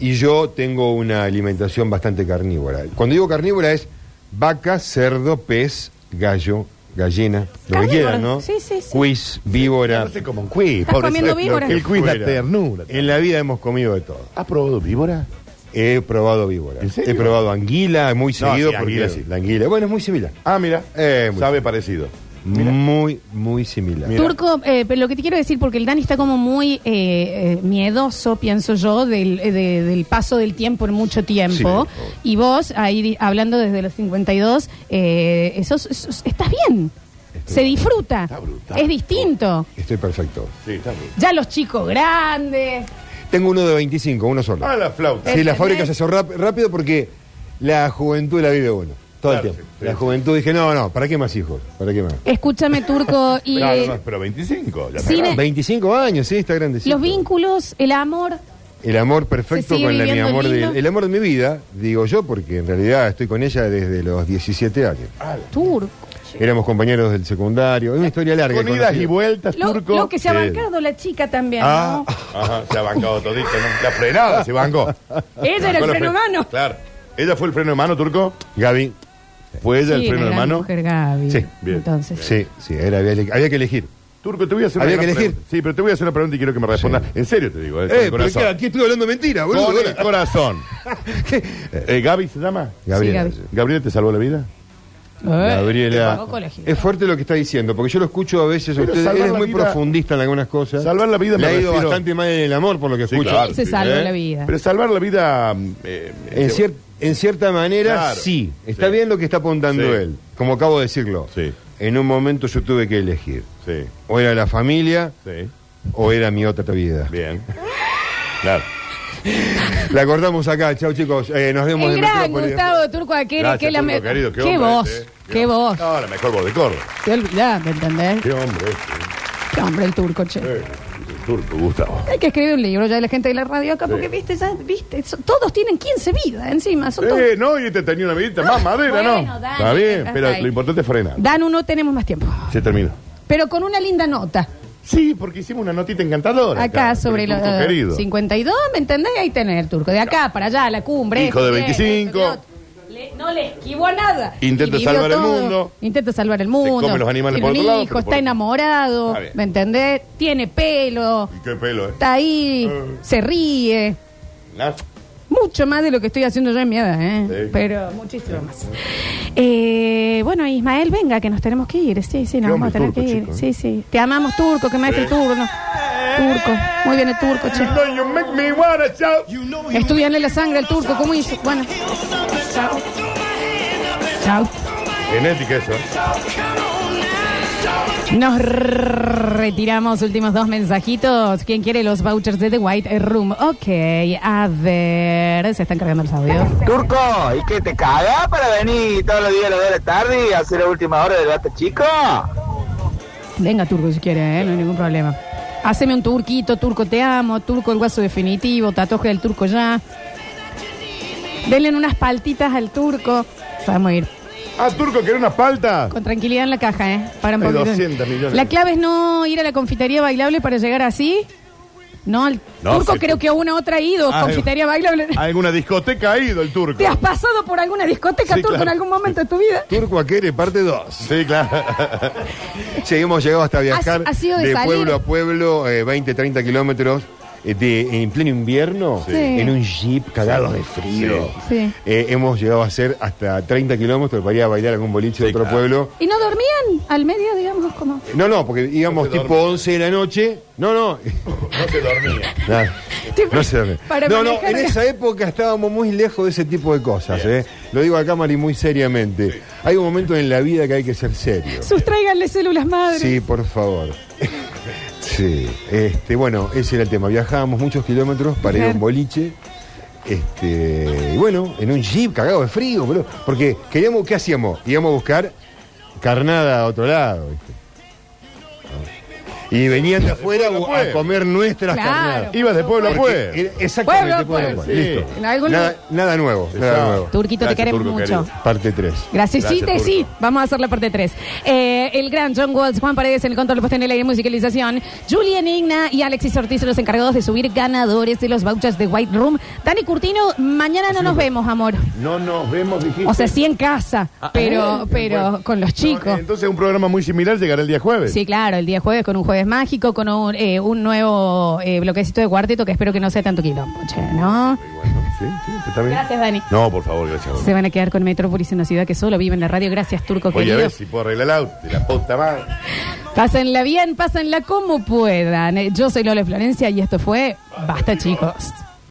Speaker 5: Y yo tengo una alimentación bastante carnívora. Cuando digo carnívora es vaca, cerdo, pez, gallo, gallina, lo que
Speaker 1: Carnívora.
Speaker 5: quieran, ¿no?
Speaker 1: Sí, sí, sí.
Speaker 5: Cuis, víbora.
Speaker 2: No sé cómo un quiz,
Speaker 1: Estás
Speaker 2: pobre
Speaker 1: comiendo
Speaker 2: ser.
Speaker 1: víbora.
Speaker 2: El quiz da
Speaker 5: Fuera.
Speaker 2: ternura.
Speaker 5: En la vida hemos comido de todo.
Speaker 2: ¿Has probado víbora?
Speaker 5: He probado víbora.
Speaker 2: ¿En serio?
Speaker 5: He probado anguila, muy
Speaker 2: No,
Speaker 5: seguido
Speaker 2: sí,
Speaker 5: porque
Speaker 2: anguila sí.
Speaker 5: la anguila. Bueno, es muy similar.
Speaker 2: Ah, mira.
Speaker 5: Eh, muy
Speaker 2: Sabe parecido.
Speaker 5: Muy, muy similar.
Speaker 2: Mira.
Speaker 1: Turco, eh, pero lo que te quiero decir, porque el Dani está como muy eh, eh, miedoso, pienso yo, del, eh, de- del paso del tiempo en mucho tiempo. y vos, ahí di- hablando desde los 52, eh, esos- esos- estás bien. Se disfruta.
Speaker 2: Está brutal.
Speaker 1: Es distinto.
Speaker 5: Estoy perfecto.
Speaker 2: Sí, está bien.
Speaker 1: Ya los chicos grandes.
Speaker 5: Tengo uno de 25, uno solo.
Speaker 2: Ah, la flauta.
Speaker 5: Sí, la
Speaker 1: ¿Entendés?
Speaker 5: fábrica se hizo rap- rápido porque la juventud la vive uno. Todo
Speaker 2: Claro,
Speaker 5: el tiempo.
Speaker 2: sí, sí.
Speaker 5: La juventud dije, no, no, ¿para qué más hijos? ¿Para qué más?
Speaker 1: Escúchame, Turco, y
Speaker 2: No, no,
Speaker 1: eh,
Speaker 2: no, pero 25. Ya está
Speaker 1: Cine-
Speaker 2: grande.
Speaker 5: 25 años, sí, está grande.
Speaker 1: Eh. los vínculos, el amor.
Speaker 5: El amor perfecto
Speaker 1: Se sigue
Speaker 5: con la- mi
Speaker 1: viviendo
Speaker 5: amor
Speaker 1: lindo.
Speaker 5: de, el amor de mi vida, digo yo, porque en realidad estoy con ella desde los 17 años.
Speaker 1: Turco.
Speaker 5: Éramos compañeros del secundario, es una historia larga.
Speaker 2: Con idas y
Speaker 5: conocida.
Speaker 2: vueltas,
Speaker 1: Lo,
Speaker 2: turco.
Speaker 1: lo que se ha
Speaker 2: Sí.
Speaker 1: bancado la chica también,
Speaker 5: Ah.
Speaker 1: ¿no?
Speaker 2: Ajá, se ha bancado todito. ¿no? La frenada se bancó.
Speaker 1: Ella era el
Speaker 2: Bancó la
Speaker 1: freno
Speaker 2: fre-
Speaker 1: humano.
Speaker 2: Claro. ¿Ella fue el freno humano, turco?
Speaker 5: Gaby,
Speaker 2: ¿Fue ella el
Speaker 1: Sí,
Speaker 2: freno
Speaker 1: la gran
Speaker 2: humano?
Speaker 1: mujer Gaby.
Speaker 5: Sí,
Speaker 2: bien.
Speaker 1: Entonces.
Speaker 5: sí, sí, era, había, ele- había que elegir.
Speaker 2: Turco, te voy a hacer
Speaker 5: Había
Speaker 2: una
Speaker 5: que
Speaker 2: gran
Speaker 5: elegir.
Speaker 2: pregunta. Sí, pero te voy a hacer una pregunta y quiero que me respondas. En serio te digo, eh, con el
Speaker 5: Eh, pero
Speaker 2: corazón.
Speaker 5: que aquí estoy hablando mentira, boludo.
Speaker 2: Con el corazón. Eh, ¿Gaby se llama?
Speaker 5: Gabriela.
Speaker 1: Sí,
Speaker 2: ¿Gabriela te salvó la vida?
Speaker 1: Eh, te
Speaker 5: Gabriela.
Speaker 1: pagó colegio.
Speaker 5: Es fuerte lo que está diciendo, porque yo lo escucho a veces a
Speaker 2: Pero
Speaker 5: ustedes.
Speaker 2: salvar
Speaker 5: Eres
Speaker 2: la
Speaker 5: muy
Speaker 2: vida-
Speaker 5: profundista en algunas cosas.
Speaker 2: Salvar la vida me
Speaker 5: Le ha ido
Speaker 2: refiero-
Speaker 5: bastante mal en el amor, por lo que
Speaker 2: Sí,
Speaker 5: escucho.
Speaker 2: claro. ¿Eh?
Speaker 1: Sí, se salvó la vida.
Speaker 2: Pero salvar la vida... mm, eh,
Speaker 5: En,
Speaker 2: eh,
Speaker 5: cier- en cierta manera,
Speaker 2: Claro.
Speaker 5: sí. Está
Speaker 2: Sí.
Speaker 5: bien lo que está apuntando
Speaker 2: Sí.
Speaker 5: él. Como acabo de decirlo.
Speaker 2: Sí.
Speaker 5: En un momento yo tuve que elegir.
Speaker 2: Sí,
Speaker 5: O era la familia
Speaker 2: sí.
Speaker 5: o era mi otra vida.
Speaker 2: Bien. Claro.
Speaker 5: La cortamos acá. Chau, chicos. Eh, nos vemos
Speaker 1: El
Speaker 5: en
Speaker 1: gran
Speaker 5: Metrópolis.
Speaker 1: Gustavo Turco Aquere,
Speaker 2: Gracias,
Speaker 1: que la
Speaker 2: Turco,
Speaker 1: me...
Speaker 2: querido, qué
Speaker 1: qué
Speaker 2: hombre
Speaker 1: voz,
Speaker 2: este, eh.
Speaker 1: qué voz.
Speaker 2: No, la mejor voz de Córdoba.
Speaker 1: Te olvidás, ¿me entendés?
Speaker 2: Qué hombre este.
Speaker 1: Qué hombre el turco, che.
Speaker 2: eh. Turco, Gustavo.
Speaker 1: Hay que escribir un libro ya de la gente de la radio acá, porque viste, ya, viste, so- todos tienen 15 vidas encima. Son todos-
Speaker 2: Eh, no, y este tenía una vidita más madera,
Speaker 1: bueno,
Speaker 2: ¿no?
Speaker 1: dale,
Speaker 2: Está bien,
Speaker 1: hasta
Speaker 2: pero
Speaker 1: ahí.
Speaker 2: lo importante es frenar.
Speaker 1: Danu, no tenemos más tiempo.
Speaker 2: Se terminó.
Speaker 1: Pero con una linda nota.
Speaker 2: Sí, porque hicimos una notita encantadora.
Speaker 1: Acá sobre eh,
Speaker 2: el
Speaker 1: los
Speaker 2: turco querido.
Speaker 1: 52, ¿me entendés? Ahí tenés el turco. De acá para allá, a la cumbre. este,
Speaker 2: Hijo de
Speaker 1: esto, esto,
Speaker 2: 25.
Speaker 1: Le- no le esquivó a nada.
Speaker 2: Intenta
Speaker 1: Y vivió
Speaker 2: salvar el mundo.
Speaker 1: Intenta salvar el mundo.
Speaker 2: come los animales
Speaker 1: Tiene
Speaker 2: por
Speaker 1: un
Speaker 2: otro lado,
Speaker 1: hijo,
Speaker 2: pero
Speaker 1: está
Speaker 2: por-
Speaker 1: enamorado.
Speaker 2: Está bien.
Speaker 1: ¿Me entendés? Tiene pelo.
Speaker 2: Y qué pelo, ¿eh?
Speaker 1: Está ahí.
Speaker 2: Eh.
Speaker 1: Se ríe.
Speaker 2: Nah.
Speaker 1: Muy mucho más de lo que estoy haciendo yo en mi edad, ¿eh?
Speaker 2: Sí.
Speaker 1: Pero muchísimo más. Eh, bueno, Ismael, venga, que nos tenemos que ir. Sí, sí,
Speaker 2: Qué
Speaker 1: nos vamos
Speaker 2: hombre
Speaker 1: a tener
Speaker 2: turco,
Speaker 1: que ir.
Speaker 2: chico, ¿eh?
Speaker 1: Sí, sí. Te amamos, turco, que maestro
Speaker 2: Sí.
Speaker 1: turno. Turco. Muy bien el turco, che.
Speaker 2: No, you make me wanna shout.
Speaker 1: Estudianle la sangre al turco, ¿cómo hizo? Bueno. Chao. Chao.
Speaker 2: Genética eso.
Speaker 1: Nos retiramos, últimos dos mensajitos. ¿Quién quiere los vouchers de The White Room? Ok, a ver, se están cargando los audios.
Speaker 6: Turco, ¿y qué te caga para venir todos los días a las 2 de la tarde y hacer la última hora del basta chico?
Speaker 1: Venga, turco, si quiere, ¿eh? no hay ningún problema. Haceme un turquito, turco te amo, turco el guaso definitivo, tatuaje del turco ya. Denle unas paltitas al turco. Vamos a ir
Speaker 2: Ah, Turco, ¿querés una palta?
Speaker 1: con tranquilidad en la caja, ¿eh? Para un
Speaker 2: Hay
Speaker 1: poquito.
Speaker 2: 200 millones.
Speaker 1: La clave es no ir a la confitería bailable para llegar así. No, el
Speaker 2: No,
Speaker 1: turco
Speaker 2: sí,
Speaker 1: creo
Speaker 2: tú-
Speaker 1: que a una otra ha ido,
Speaker 2: Ah,
Speaker 1: confitería bailable.
Speaker 2: ¿Alguna discoteca ha ido el Turco?
Speaker 1: ¿Te has pasado por alguna discoteca
Speaker 2: Sí,
Speaker 1: turco en
Speaker 2: claro.
Speaker 1: algún momento de tu vida?
Speaker 5: Turco Aquere, parte 2.
Speaker 2: Sí, claro.
Speaker 5: Seguimos llegado hasta viajar
Speaker 1: ha sido de
Speaker 5: de,
Speaker 1: salir.
Speaker 5: pueblo a pueblo, eh, 20, 30 kilómetros. eh, de- en pleno invierno,
Speaker 1: Sí.
Speaker 5: en un jeep cagado de frío,
Speaker 1: Sí. Sí.
Speaker 5: Eh, hemos llegado a hacer hasta 30 kilómetros para ir a bailar a algún boliche de otro pueblo.
Speaker 1: ¿Y no dormían al medio, digamos, como?
Speaker 5: No, no, porque íbamos
Speaker 2: No se
Speaker 5: tipo
Speaker 2: duerme.
Speaker 5: 11 de la noche. No, no.
Speaker 2: No se dormía.
Speaker 5: Nada.
Speaker 1: Tipo,
Speaker 5: No se duerme.
Speaker 1: para
Speaker 5: No, no,
Speaker 1: manejar-
Speaker 5: en esa época estábamos muy lejos de ese tipo de cosas. ¿eh? Lo digo a cámara y muy seriamente. Hay un momento en la vida que hay que ser serio.
Speaker 1: Sustráiganle células madre.
Speaker 5: Sí, por favor. Sí, este, bueno, ese era el tema. Viajábamos muchos kilómetros para ir a
Speaker 1: Claro.
Speaker 5: un boliche. Este, y bueno, en un jeep cagado de frío, bro, porque queríamos, ¿qué hacíamos? Íbamos a buscar carnada a otro lado, ¿viste? Y venían de afuera
Speaker 2: pueblo a
Speaker 5: a
Speaker 2: pueblo.
Speaker 5: comer nuestras
Speaker 1: Claro.
Speaker 5: carnadas.
Speaker 2: Ibas de pueblo a
Speaker 5: Porque
Speaker 2: pueblo.
Speaker 5: era Exactamente,
Speaker 1: Pueblo a
Speaker 5: pueblo
Speaker 1: pueblo,
Speaker 5: a pueblo.
Speaker 2: sí.
Speaker 5: Listo.
Speaker 1: En algún
Speaker 5: Nada,
Speaker 1: lugar-
Speaker 5: nada nuevo, nada
Speaker 2: Chao.
Speaker 5: nuevo.
Speaker 1: Turquito, te
Speaker 2: Gracias,
Speaker 1: queremos
Speaker 2: Turco,
Speaker 1: mucho.
Speaker 2: querido.
Speaker 5: Parte 3.
Speaker 1: Gracias, sí,
Speaker 2: Gracias,
Speaker 1: te sí.
Speaker 2: Turco.
Speaker 1: Vamos a hacer la parte 3. el gran John Walls, Juan Paredes en el control puesto en el aire y musicalización, Julian Igna y Alexis Ortiz los encargados de subir ganadores de los vouchers de White Room. Dani Curtino, mañana no nos vemos, amor.
Speaker 2: No nos vemos, dijiste.
Speaker 1: O sea, sí en casa, pero, pero con los
Speaker 2: No, eh,
Speaker 1: chicos.
Speaker 2: entonces un programa muy similar llegará el día jueves.
Speaker 1: Sí, claro, el día jueves con un jueves mágico, con un, eh, un nuevo eh, bloquecito de cuarteto que espero que no sea tanto quilombo, che, ¿no?
Speaker 2: Bueno, sí, sí, está bien.
Speaker 1: Gracias, Dani.
Speaker 2: No, por favor, gracias. a vos.
Speaker 1: Se van a quedar con Metrópolis, una ciudad que solo vive en la radio. Gracias, Turco,
Speaker 2: Voy a
Speaker 1: querido.
Speaker 2: ver si puedo arreglar el auto. La puta madre.
Speaker 1: Pásenla bien, pásenla como puedan. Eh, Yo soy Lola Florencia y esto fue Basta, chicos.